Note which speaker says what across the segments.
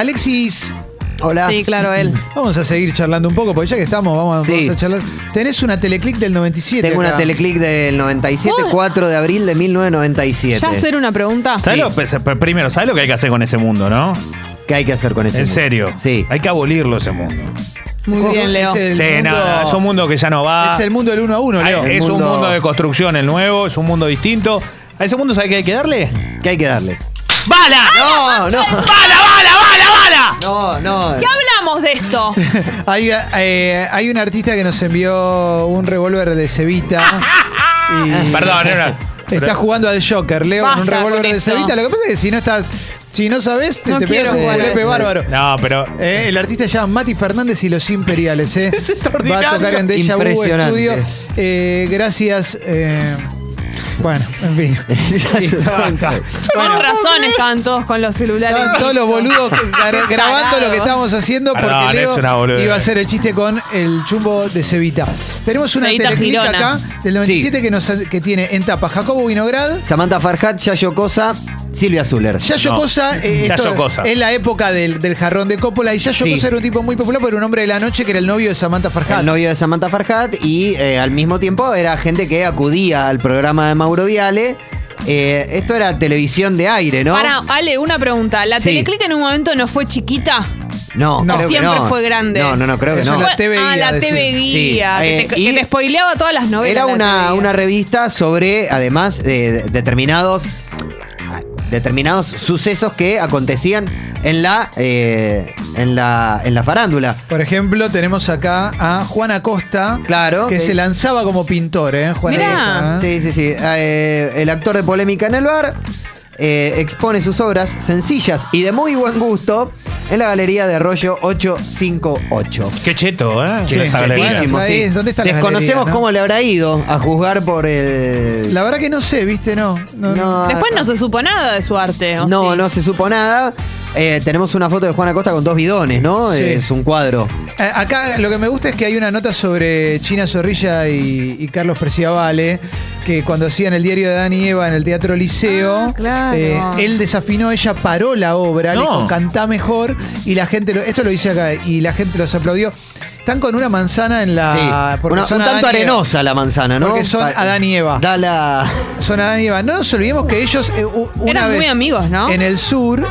Speaker 1: Alexis. Hola.
Speaker 2: Sí, claro, él.
Speaker 1: Vamos a seguir charlando un poco, porque ya que estamos, vamos,
Speaker 3: Sí.
Speaker 1: vamos a charlar. Tenés una teleclick del 97.
Speaker 3: Tengo una
Speaker 1: acá.
Speaker 3: teleclick del 97,
Speaker 2: ¿Vos?
Speaker 3: 4 de abril de 1997.
Speaker 2: ¿Ya hacer una pregunta?
Speaker 4: ¿Sabes lo- pe- pe- primero, ¿sabes lo que hay que hacer con ese mundo, no?
Speaker 3: ¿Qué hay que hacer con eso?
Speaker 4: En serio.
Speaker 3: Sí.
Speaker 4: Hay que abolirlo ese mundo.
Speaker 2: Muy
Speaker 1: ¿Cómo
Speaker 2: bien, Leo.
Speaker 1: es el-
Speaker 4: sí,
Speaker 1: mundo-
Speaker 4: nada, es un mundo que ya no va.
Speaker 1: Es el mundo del uno a uno,
Speaker 4: Hay-
Speaker 1: Leo.
Speaker 3: el
Speaker 4: es un
Speaker 3: mundo-
Speaker 4: mundo de construcción el nuevo, es un mundo distinto. ¿A ese mundo sabes qué hay que darle?
Speaker 3: ¿Qué hay que darle?
Speaker 4: ¡Bala!
Speaker 3: No, no,
Speaker 4: ¡Bala, bala, bala, bala!
Speaker 3: no, no.
Speaker 2: ¿Qué hablamos de esto?
Speaker 1: Hay, eh, hay un artista que nos envió un revólver de Cevita. y
Speaker 4: Perdón, eh. era.
Speaker 1: Está jugando al Joker, Leo, con un
Speaker 2: Basta
Speaker 1: revólver
Speaker 2: con
Speaker 1: de
Speaker 2: esto.
Speaker 1: Cevita. Lo que pasa es que si no estás. Si no sabes, te,
Speaker 2: No
Speaker 1: te pegas
Speaker 2: quiero
Speaker 1: un
Speaker 2: jugar a
Speaker 1: golpe
Speaker 2: esto.
Speaker 1: bárbaro.
Speaker 4: No, pero.
Speaker 1: Eh, el artista se llama Mati Fernández y los Imperiales. Eh.
Speaker 4: Es
Speaker 1: Va
Speaker 4: extraordinario.
Speaker 1: a tocar en Deja Vu
Speaker 3: Impresionante.
Speaker 1: Studio. Eh, gracias. eh, bueno, en fin. Listo, basta.
Speaker 2: Con razón estaban todos con los celulares.
Speaker 1: Estaban todos los boludos gra- grabando lo que estábamos haciendo porque
Speaker 4: Perdón, es una
Speaker 1: Leo
Speaker 4: boludez.
Speaker 1: iba a hacer el chiste con el chumbo de Cevita. Tenemos una
Speaker 2: Cevita
Speaker 1: teleclip
Speaker 2: Girona.
Speaker 1: acá del 97 que, nos, que tiene en tapa Jacobo Vinograd.
Speaker 3: Samantha Farhat, Yayo Cosa, Silvia Zuller.
Speaker 1: Yayo
Speaker 4: No.
Speaker 1: Cosa, eh,
Speaker 4: Yayo
Speaker 1: esto
Speaker 4: Cosa.
Speaker 1: es la época del, del jarrón de Coppola y Yayo
Speaker 3: Sí.
Speaker 1: Cosa era un tipo muy popular, pero un hombre de la noche que era el novio de Samantha Farhat.
Speaker 3: El novio de Samantha Farhat y eh, al mismo tiempo era gente que acudía al programa de Mauro Viale. Eh, esto era televisión de aire, ¿no?
Speaker 2: Para, Ale, una pregunta. ¿La
Speaker 3: Sí.
Speaker 2: teleclic en un momento no fue chiquita?
Speaker 3: No,
Speaker 1: No.
Speaker 3: creo que
Speaker 2: Siempre
Speaker 3: no.
Speaker 2: fue grande.
Speaker 3: No, no, no, creo que
Speaker 1: Eso
Speaker 3: no.
Speaker 1: La TV
Speaker 2: ah, la
Speaker 1: Guía,
Speaker 2: TV
Speaker 1: decís.
Speaker 2: Guía,
Speaker 3: Sí,
Speaker 2: que,
Speaker 3: eh,
Speaker 2: te,
Speaker 3: y-
Speaker 2: que te spoileaba todas las novelas.
Speaker 3: Era
Speaker 2: la TV
Speaker 3: una,
Speaker 2: Guía.
Speaker 3: una revista sobre, además, de- de- determinados determinados sucesos que acontecían en la eh, en la en la farándula.
Speaker 1: Por ejemplo, tenemos acá a Juan Acosta,
Speaker 3: Claro,
Speaker 1: que
Speaker 3: sí.
Speaker 1: se lanzaba como pintor, ¿eh? Juan
Speaker 2: Mirá.
Speaker 1: Acosta, ¿eh?
Speaker 3: Sí, sí, sí. Eh, el actor de polémica en el bar eh, expone sus obras sencillas y de muy buen gusto en la galería de Arroyo 858.
Speaker 4: Qué cheto, ¿eh?
Speaker 1: Sí,
Speaker 4: Quiero saber la
Speaker 1: chetísimo.
Speaker 4: cara.
Speaker 3: Chetísimo,
Speaker 1: ahí
Speaker 3: sí.
Speaker 1: es donde está la
Speaker 3: Desconocemos
Speaker 1: galería, ¿no?
Speaker 3: cómo le habrá ido a juzgar por el.
Speaker 1: La verdad que no sé, ¿viste? No. no, no.
Speaker 2: Después no se supo nada de su arte. ¿Eh, ¿o
Speaker 3: No,
Speaker 2: sí?
Speaker 3: no se supo nada. Eh, tenemos una foto de Juan Acosta con dos bidones, ¿no?
Speaker 1: Sí.
Speaker 3: Es un cuadro.
Speaker 1: Eh, Acá lo que me gusta es que hay una nota sobre China Zorrilla y, y Carlos Preciavale, que cuando hacían el diario de Dani y Eva en el Teatro Liceo, eh,
Speaker 2: Ah, claro.
Speaker 1: él desafinó, ella paró la obra, le
Speaker 4: No.
Speaker 1: dijo cantá mejor, y la gente, lo- esto lo hice acá, y la gente los aplaudió. Están con una manzana en la...
Speaker 3: Sí.
Speaker 1: Ah, porque
Speaker 3: Una-
Speaker 1: son
Speaker 3: un tanto
Speaker 1: Adán y Eva.
Speaker 3: arenosa la manzana, ¿no?
Speaker 1: Porque son
Speaker 3: Pa-
Speaker 1: Adán y Eva.
Speaker 3: Da la.
Speaker 1: Son Adán y Eva. No nos olvidemos que ellos eh, u- una
Speaker 2: Eran
Speaker 1: vez
Speaker 2: muy amigos, ¿no?
Speaker 1: En el sur,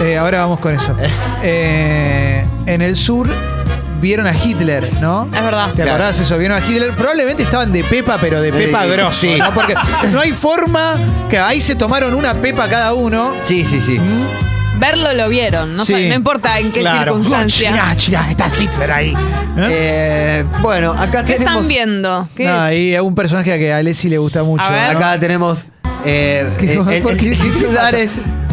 Speaker 1: eh, ahora vamos con eso. Eh, en el sur vieron a Hitler, ¿no?
Speaker 2: Es verdad.
Speaker 1: ¿Te
Speaker 3: Claro.
Speaker 1: acordás eso? Vieron a Hitler. Probablemente estaban de Pepa, pero de Pepa
Speaker 3: Eh,
Speaker 1: grosso.
Speaker 3: sí.
Speaker 1: ¿no? Porque no hay forma que ahí se tomaron una Pepa cada uno.
Speaker 3: Sí, sí, sí.
Speaker 2: Verlo lo vieron. No,
Speaker 1: Sí.
Speaker 2: sé, no importa en qué
Speaker 1: Claro.
Speaker 2: circunstancia.
Speaker 1: Chirá, chirá, está Hitler ahí. ¿Eh?
Speaker 3: Eh, bueno, acá
Speaker 2: ¿Qué
Speaker 3: tenemos.
Speaker 2: están viendo? ¿Qué
Speaker 1: No,
Speaker 2: es?
Speaker 1: y es un personaje que a Alessi le gusta mucho.
Speaker 2: ver.
Speaker 1: ¿no?
Speaker 3: Acá tenemos. eh,
Speaker 1: ¿Qué-
Speaker 3: eh,
Speaker 1: por
Speaker 3: el,
Speaker 1: qué-
Speaker 3: el
Speaker 1: qué- qué
Speaker 3: titular
Speaker 1: pasa?
Speaker 3: es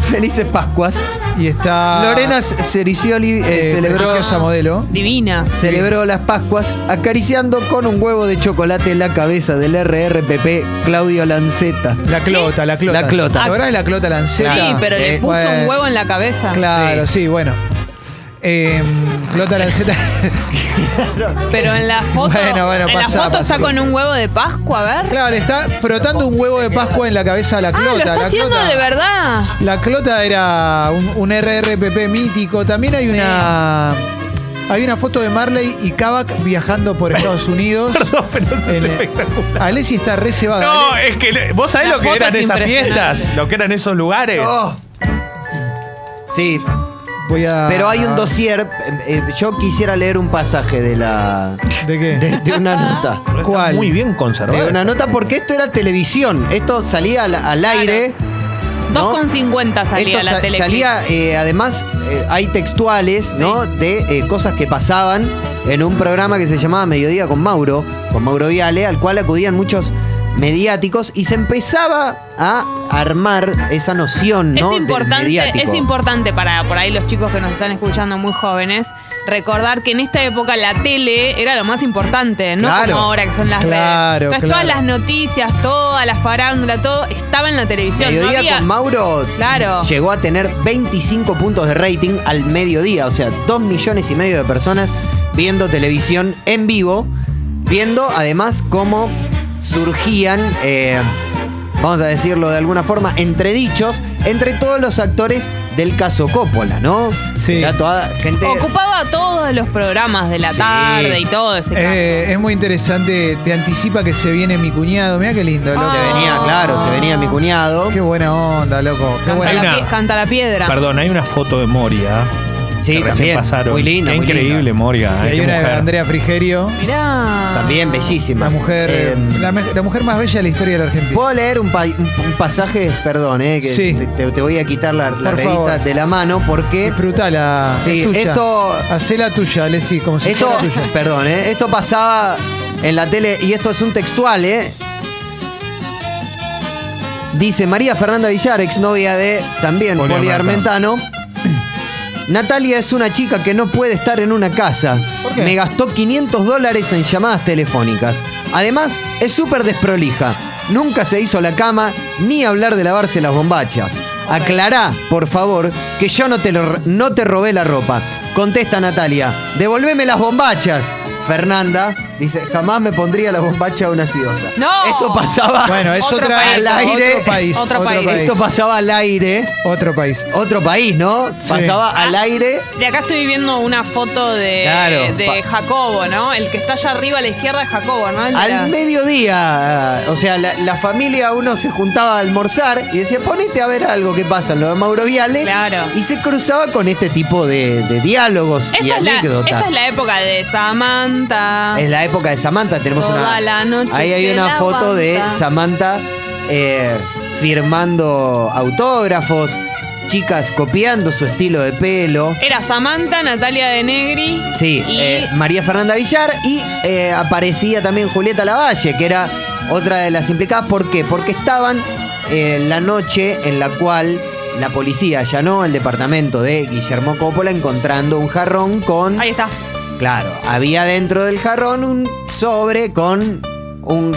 Speaker 3: Felices Pascuas.
Speaker 1: Y está.
Speaker 3: Lorena Cericioli eh,
Speaker 1: Ah. eh,
Speaker 3: celebró,
Speaker 1: prestigiosa modelo.
Speaker 2: Divina.
Speaker 3: celebró las Pascuas acariciando con un huevo de chocolate la cabeza del RRPP Claudio Lanceta.
Speaker 1: La clota, la clota.
Speaker 3: La clota.
Speaker 1: ¿Te acordás de la clota lanceta?
Speaker 2: Sí, pero le
Speaker 3: Eh,
Speaker 2: puso
Speaker 1: bueno.
Speaker 2: un huevo en la cabeza.
Speaker 1: Claro, sí, bueno. Eh, clota lanceta.
Speaker 2: Pero en la foto,
Speaker 1: Bueno, bueno,
Speaker 2: en
Speaker 1: pasá,
Speaker 2: la foto
Speaker 1: pasá.
Speaker 2: está con un huevo de Pascua, a ver.
Speaker 1: claro, le está frotando un huevo de Pascua en la cabeza a la
Speaker 2: ah,
Speaker 1: clota.
Speaker 2: lo
Speaker 1: la
Speaker 2: está haciendo
Speaker 1: clota.
Speaker 2: de verdad.
Speaker 1: La clota era un, un RRPP mítico. También hay una. Hay una foto de Marley y Kavak viajando por Estados Unidos.
Speaker 4: Perdón, pero eso es
Speaker 1: En- Ah,
Speaker 4: espectacular.
Speaker 1: Alessi está ¿eh? recebada.
Speaker 4: No, es que le- vos sabés
Speaker 2: La
Speaker 4: lo que
Speaker 2: foto
Speaker 4: eran
Speaker 2: es
Speaker 4: esas
Speaker 2: impresionante.
Speaker 4: fiestas, lo que eran esos lugares.
Speaker 1: Oh,
Speaker 3: Sí,
Speaker 1: Voy a.
Speaker 3: pero hay un dossier. eh, eh, yo quisiera leer un pasaje de la.
Speaker 1: ¿De qué?
Speaker 3: de- de una nota.
Speaker 4: Pero está
Speaker 1: ¿Cuál?
Speaker 4: Muy bien conservado.
Speaker 3: De una nota porque esto era televisión. Esto salía al, al aire. ¿no?
Speaker 2: 2,50 salía
Speaker 3: Esto
Speaker 2: la
Speaker 3: sa-
Speaker 2: tele.
Speaker 3: salía, eh, además, eh, hay textuales, ¿no? De eh, cosas que pasaban en un programa que se llamaba Mediodía con Mauro, con Mauro Viale, al cual acudían muchos mediáticos y se empezaba a armar esa noción, ¿no?
Speaker 2: es
Speaker 3: del
Speaker 2: importante,
Speaker 3: mediático.
Speaker 2: es importante para por ahí los chicos que nos están escuchando muy jóvenes recordar que en esta época la tele era lo más importante, no
Speaker 3: Claro.
Speaker 2: como ahora que son las
Speaker 1: Claro,
Speaker 2: redes. Entonces
Speaker 1: claro.
Speaker 2: todas las noticias, toda la farándula, todo estaba en la televisión. no
Speaker 3: Mediodía
Speaker 2: había-
Speaker 3: con Mauro
Speaker 2: Claro.
Speaker 3: llegó a tener 25 puntos de rating al mediodía, o sea, 2 millones y medio de personas viendo televisión en vivo, viendo además cómo surgían, eh, vamos a decirlo de alguna forma, entredichos entre todos los actores del caso Coppola, ¿no?
Speaker 4: Sí.
Speaker 3: Era toda gente.
Speaker 2: Ocupaba todos los programas de la
Speaker 3: Sí.
Speaker 2: tarde y todo ese caso.
Speaker 1: Eh, es muy interesante, te anticipa que se viene mi cuñado. Mira qué lindo, loco.
Speaker 3: Se
Speaker 2: Ah.
Speaker 3: venía, claro, se venía mi cuñado.
Speaker 1: Qué buena onda, loco. Qué
Speaker 2: Canta,
Speaker 1: buena.
Speaker 4: Hay
Speaker 2: la
Speaker 4: una-
Speaker 2: pie- canta la piedra.
Speaker 4: Perdón, hay una foto de Moria.
Speaker 3: Sí,
Speaker 4: que recién
Speaker 3: también.
Speaker 4: pasaron.
Speaker 3: Muy linda,
Speaker 4: Qué
Speaker 3: muy
Speaker 4: increíble
Speaker 3: linda.
Speaker 4: Moria.
Speaker 1: Y
Speaker 4: eh,
Speaker 1: hay
Speaker 4: qué
Speaker 1: una de
Speaker 4: mujer.
Speaker 1: Andrea Frigerio,
Speaker 2: Mirá.
Speaker 3: También bellísima.
Speaker 1: la mujer,
Speaker 3: Eh,
Speaker 1: la, me- la mujer más bella de la historia de la Argentina.
Speaker 3: ¿Puedo leer un, pa- un- un pasaje? Perdón, eh, que
Speaker 1: Sí.
Speaker 3: te- te, te voy a quitar la, la
Speaker 1: Por
Speaker 3: revista
Speaker 1: favor.
Speaker 3: de la mano
Speaker 1: eh,
Speaker 3: porque
Speaker 1: Disfrutala.
Speaker 3: Sí,
Speaker 1: es tuya.
Speaker 3: esto-
Speaker 1: Hacé la tuya, Lesi, como si
Speaker 3: esto,
Speaker 1: fuera tuya.
Speaker 3: perdón, eh, esto pasaba en la tele y esto es un textual, ¿eh? Dice María Fernanda Villar, exnovia de también
Speaker 4: Poli
Speaker 3: Poli Armentano. Natalia es una chica que no puede estar en una casa.
Speaker 1: ¿Por qué?
Speaker 3: Me gastó 500 dólares en llamadas telefónicas. Además, es súper desprolija. Nunca se hizo la cama, ni hablar de lavarse las bombachas. Aclará, por favor, que yo no te, lo- no te robé la ropa. Contesta Natalia, devolveme las bombachas. Fernanda dice, jamás me pondría la bombacha a una cidosa.
Speaker 2: ¡No!
Speaker 3: Esto pasaba...
Speaker 1: Bueno, es
Speaker 2: Otro
Speaker 1: otra
Speaker 2: país,
Speaker 1: al aire. Otro país.
Speaker 2: otro país.
Speaker 3: Esto pasaba al aire.
Speaker 1: Otro país.
Speaker 3: Otro país, ¿no? Pasaba al aire.
Speaker 2: De acá estoy viendo una foto de,
Speaker 3: Claro.
Speaker 2: de
Speaker 3: Pa-
Speaker 2: Jacobo, ¿no? El que está allá arriba a la izquierda es Jacobo, ¿no? El de la-
Speaker 3: Al mediodía, o sea, la, la familia uno se juntaba a almorzar y decía, ponete a ver algo que pasa, en lo de Mauro Viale.
Speaker 2: Claro.
Speaker 3: Y se cruzaba con este tipo de, de diálogos y
Speaker 2: Esta es, la,
Speaker 3: anécdotas.
Speaker 2: esta es la época de Samantha.
Speaker 3: Es la época de Samantha, tenemos
Speaker 2: Ah. Toda
Speaker 3: una.
Speaker 2: la noche
Speaker 3: ahí hay
Speaker 2: se
Speaker 3: una
Speaker 2: la
Speaker 3: foto de
Speaker 2: aguanta.
Speaker 3: Samantha eh, firmando autógrafos, chicas copiando su estilo de pelo.
Speaker 2: Era Samantha, Natalia de Negri.
Speaker 3: Sí,
Speaker 2: y
Speaker 3: eh, María Fernanda Villar y eh, aparecía también Julieta Lavalle, que era otra de las implicadas. ¿Por qué? Porque estaban eh, la noche en la cual la policía allanó el departamento de Guillermo Coppola encontrando un jarrón con...
Speaker 2: ahí está.
Speaker 3: Claro, había dentro del jarrón un sobre con un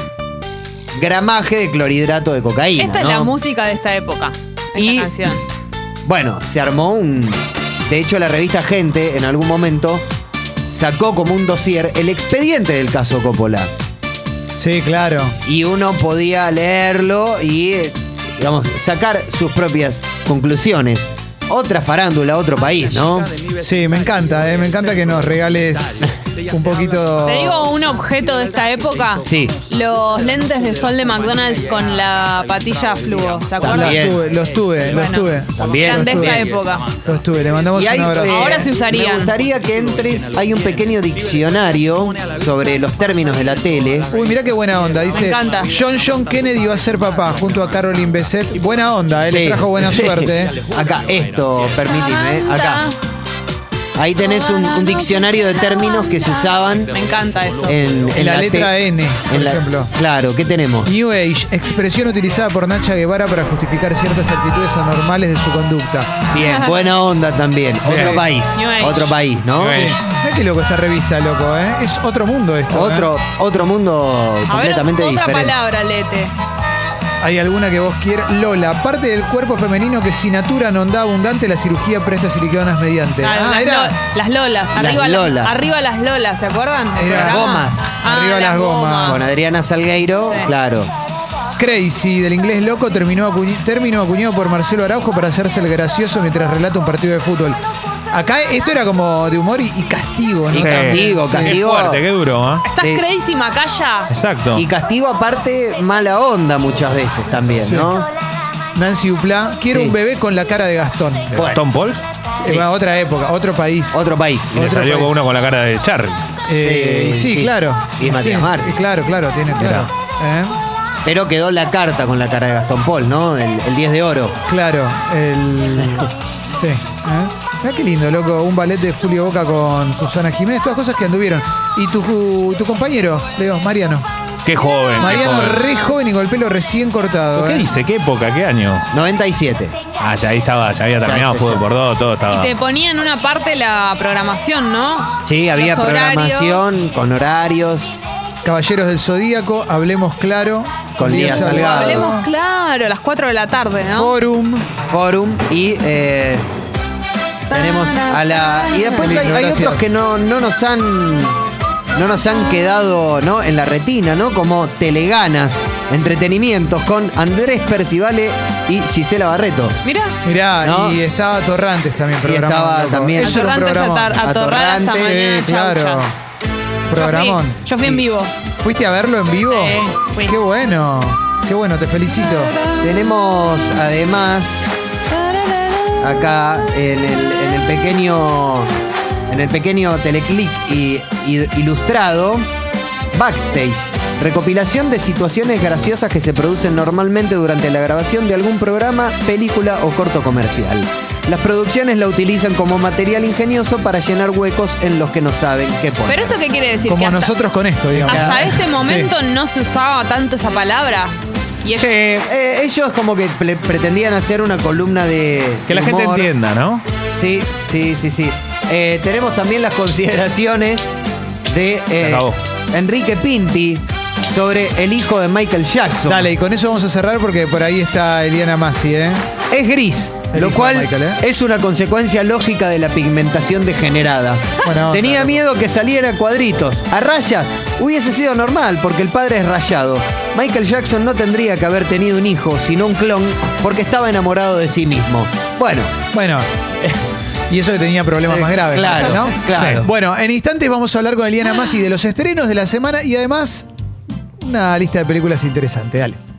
Speaker 3: gramaje de clorhidrato de cocaína.
Speaker 2: Esta
Speaker 3: ¿no?
Speaker 2: es la música de esta época. Esta
Speaker 3: Y-
Speaker 2: canción.
Speaker 3: Bueno, se armó un. De hecho, la revista Gente, en algún momento, sacó como un dossier el expediente del caso Coppola.
Speaker 1: Sí, claro.
Speaker 3: Y uno podía leerlo y, eh, digamos, sacar sus propias conclusiones. Otra farándula, otro país, ¿no?
Speaker 1: Sí, me encanta, eh, me encanta que nos regales un poquito.
Speaker 2: Te digo un objeto de esta época.
Speaker 3: Sí.
Speaker 2: Los lentes de sol de McDonald's con la patilla fluo. ¿Se acuerdan?
Speaker 3: También.
Speaker 1: Los tuve, los tuve, los
Speaker 2: Bueno.
Speaker 1: tuve.
Speaker 3: También.
Speaker 2: Eran de esta
Speaker 3: también.
Speaker 2: época.
Speaker 1: Los tuve, le mandamos
Speaker 3: Y hay,
Speaker 1: un abrazo.
Speaker 3: eh,
Speaker 2: Ahora se usarían.
Speaker 3: Me gustaría que entres. Hay un pequeño diccionario sobre los términos de la tele.
Speaker 1: Uy, mirá qué buena onda. Dice,
Speaker 2: encanta.
Speaker 1: John John Kennedy va a ser papá junto a Caroline Bessette. Buena onda, eh, le
Speaker 3: Sí.
Speaker 1: trajo buena
Speaker 3: Sí.
Speaker 1: suerte. eh.
Speaker 3: Acá, esto, permíteme, eh. acá.
Speaker 2: Samantha.
Speaker 3: Ahí tenés un, un diccionario de términos que se usaban
Speaker 2: Me encanta eso.
Speaker 3: en,
Speaker 1: En la letra
Speaker 3: te-
Speaker 1: N, por
Speaker 3: la-
Speaker 1: ejemplo.
Speaker 3: Claro, ¿qué tenemos?
Speaker 1: New Age, expresión utilizada por Nacha Guevara para justificar ciertas actitudes anormales de su conducta.
Speaker 3: Bien, buena onda también. Otro
Speaker 1: Sí.
Speaker 3: país.
Speaker 2: New Age.
Speaker 3: Otro país, ¿no?
Speaker 4: New Age.
Speaker 3: Sí.
Speaker 1: Mirá qué loco esta revista, loco, ¿eh? Es otro mundo esto. ¿eh?
Speaker 3: Otro, otro mundo
Speaker 2: A ver,
Speaker 3: completamente
Speaker 2: otra
Speaker 3: diferente.
Speaker 2: palabra, Lete.
Speaker 1: Hay alguna que vos quieras. Lola, parte del cuerpo femenino que sin natura no da abundante, la cirugía presta siliconas mediante.
Speaker 2: Ah,
Speaker 1: Ah,
Speaker 2: las,
Speaker 1: era.
Speaker 2: lo- las lolas. Arriba las
Speaker 3: lolas.
Speaker 2: arriba las lolas, ¿se acuerdan? del
Speaker 1: Era
Speaker 2: programa?
Speaker 3: gomas.
Speaker 2: Ah,
Speaker 1: Arriba las gomas.
Speaker 3: Con Adriana Salgueiro,
Speaker 2: Sí.
Speaker 3: claro.
Speaker 1: Crazy, del inglés loco, terminó, acuñi- término acuñado por Marcelo Araujo para hacerse el gracioso mientras relata un partido de fútbol. Acá eh, esto era como de humor y, y castigo, ¿no?
Speaker 3: Y castigo,
Speaker 4: Qué
Speaker 3: castigo.
Speaker 4: fuerte, qué duro, ¿eh?
Speaker 2: Estás
Speaker 3: Sí.
Speaker 2: crazy, Macaya.
Speaker 4: Exacto.
Speaker 3: Y castigo aparte mala onda muchas veces también,
Speaker 1: Sí.
Speaker 3: ¿no?
Speaker 1: Nancy Duplá, quiero
Speaker 3: Sí.
Speaker 1: un bebé con la cara de Gastón.
Speaker 4: ¿De
Speaker 3: Bueno.
Speaker 4: Tom Paul?
Speaker 3: Sí.
Speaker 1: Eh, va, otra época, otro país.
Speaker 3: Otro país.
Speaker 4: Y le
Speaker 1: Otro
Speaker 4: salió
Speaker 1: país.
Speaker 4: con uno con la cara de Charlie.
Speaker 1: Eh,
Speaker 3: Eh,
Speaker 1: sí,
Speaker 3: sí.
Speaker 1: claro.
Speaker 3: Y Matías
Speaker 1: Sí,
Speaker 3: Martín.
Speaker 1: eh, Claro, claro, tiene claro. ¿Eh?
Speaker 3: Pero quedó la carta con la cara de Gastón Paul, ¿no? El, el 10 de oro.
Speaker 1: Claro, el. Sí. ¿eh? Mirá qué lindo, loco. Un ballet de Julio Boca con Susana Jiménez, todas cosas que anduvieron. Y tu, tu compañero, Leo, Mariano.
Speaker 4: Qué joven. qué
Speaker 1: Mariano
Speaker 4: joven.
Speaker 1: re joven y con el pelo recién cortado.
Speaker 4: ¿Qué
Speaker 1: ¿eh?
Speaker 4: dice? ¿Qué época? ¿Qué año?
Speaker 3: 97.
Speaker 4: Ah, ya ahí estaba, ya había
Speaker 3: Ya,
Speaker 4: terminado
Speaker 3: ya,
Speaker 4: fútbol
Speaker 3: ya.
Speaker 4: por dos, todo estaba.
Speaker 2: Y te ponían una parte la programación, ¿no?
Speaker 3: Sí, había
Speaker 2: Los horarios.
Speaker 3: programación con horarios.
Speaker 1: Caballeros del Zodíaco, Hablemos Claro.
Speaker 3: Con Lía Salgado.
Speaker 2: Hablemos claro, a las 4 de la tarde, ¿no?
Speaker 1: Forum.
Speaker 3: Forum y eh, tenemos a la y después hay,
Speaker 1: Listo,
Speaker 3: hay
Speaker 1: gracias.
Speaker 3: otros que no, no nos han no nos han quedado no en la retina no como teleganas entretenimientos con Andrés Percivale y Gisela Barreto.
Speaker 2: Mirá.
Speaker 1: Mirá,
Speaker 3: No.
Speaker 1: y estaba Torrantes también
Speaker 3: Y
Speaker 1: programando.
Speaker 3: estaba
Speaker 1: loco.
Speaker 3: también.
Speaker 1: Eso era un
Speaker 2: Atorrantes
Speaker 1: programa.
Speaker 2: atar- atorrar hasta
Speaker 1: sí,
Speaker 2: mañana, chau,
Speaker 1: claro.
Speaker 2: Yo fui-
Speaker 1: Programón.
Speaker 2: Yo fui, en
Speaker 1: Sí.
Speaker 2: vivo.
Speaker 1: ¿Fuiste a verlo en vivo?
Speaker 2: Sí, fui.
Speaker 1: Qué bueno. Qué bueno, te felicito.
Speaker 3: Tenemos además acá en el, en el pequeño en el pequeño teleclick y, y- ilustrado backstage recopilación de situaciones graciosas que se producen normalmente durante la grabación de algún programa película o corto comercial las producciones la utilizan como material ingenioso para llenar huecos en los que no saben qué poner
Speaker 2: Pero esto qué quiere decir?
Speaker 1: Como
Speaker 2: que hasta-
Speaker 1: nosotros con esto, digamos.
Speaker 2: Hasta, este
Speaker 1: Sí.
Speaker 2: momento no se usaba tanto esa palabra. Y es-
Speaker 4: Sí,
Speaker 3: Eh, ellos como que ple- pretendían hacer una columna de
Speaker 4: que la gente
Speaker 3: humor.
Speaker 4: entienda, ¿no?
Speaker 3: Sí, sí, sí, sí. Eh, tenemos también las consideraciones de eh,
Speaker 4: acabó.
Speaker 3: Enrique Pinti sobre el hijo de Michael Jackson.
Speaker 1: Dale, y con eso vamos a cerrar porque por ahí está Eliana Massi, ¿eh?
Speaker 3: Es gris,
Speaker 1: El hijo
Speaker 3: lo
Speaker 1: de
Speaker 3: cual
Speaker 1: Michael, ¿eh?
Speaker 3: es una consecuencia lógica de la pigmentación degenerada.
Speaker 1: Buena onda,
Speaker 3: Tenía
Speaker 1: loco.
Speaker 3: miedo que saliera a cuadritos, a rayas. Hubiese sido normal porque el padre es rayado. Michael Jackson no tendría que haber tenido un hijo, sino un clon, porque estaba enamorado de sí mismo. Bueno,
Speaker 1: Bueno. Y eso que tenía problemas
Speaker 3: Eh,
Speaker 1: más graves.
Speaker 3: claro,
Speaker 1: ¿no?
Speaker 3: claro.
Speaker 1: Sí. Bueno, en instantes vamos a hablar con Eliana Massi de los estrenos de la semana y además una lista de películas interesante. Dale.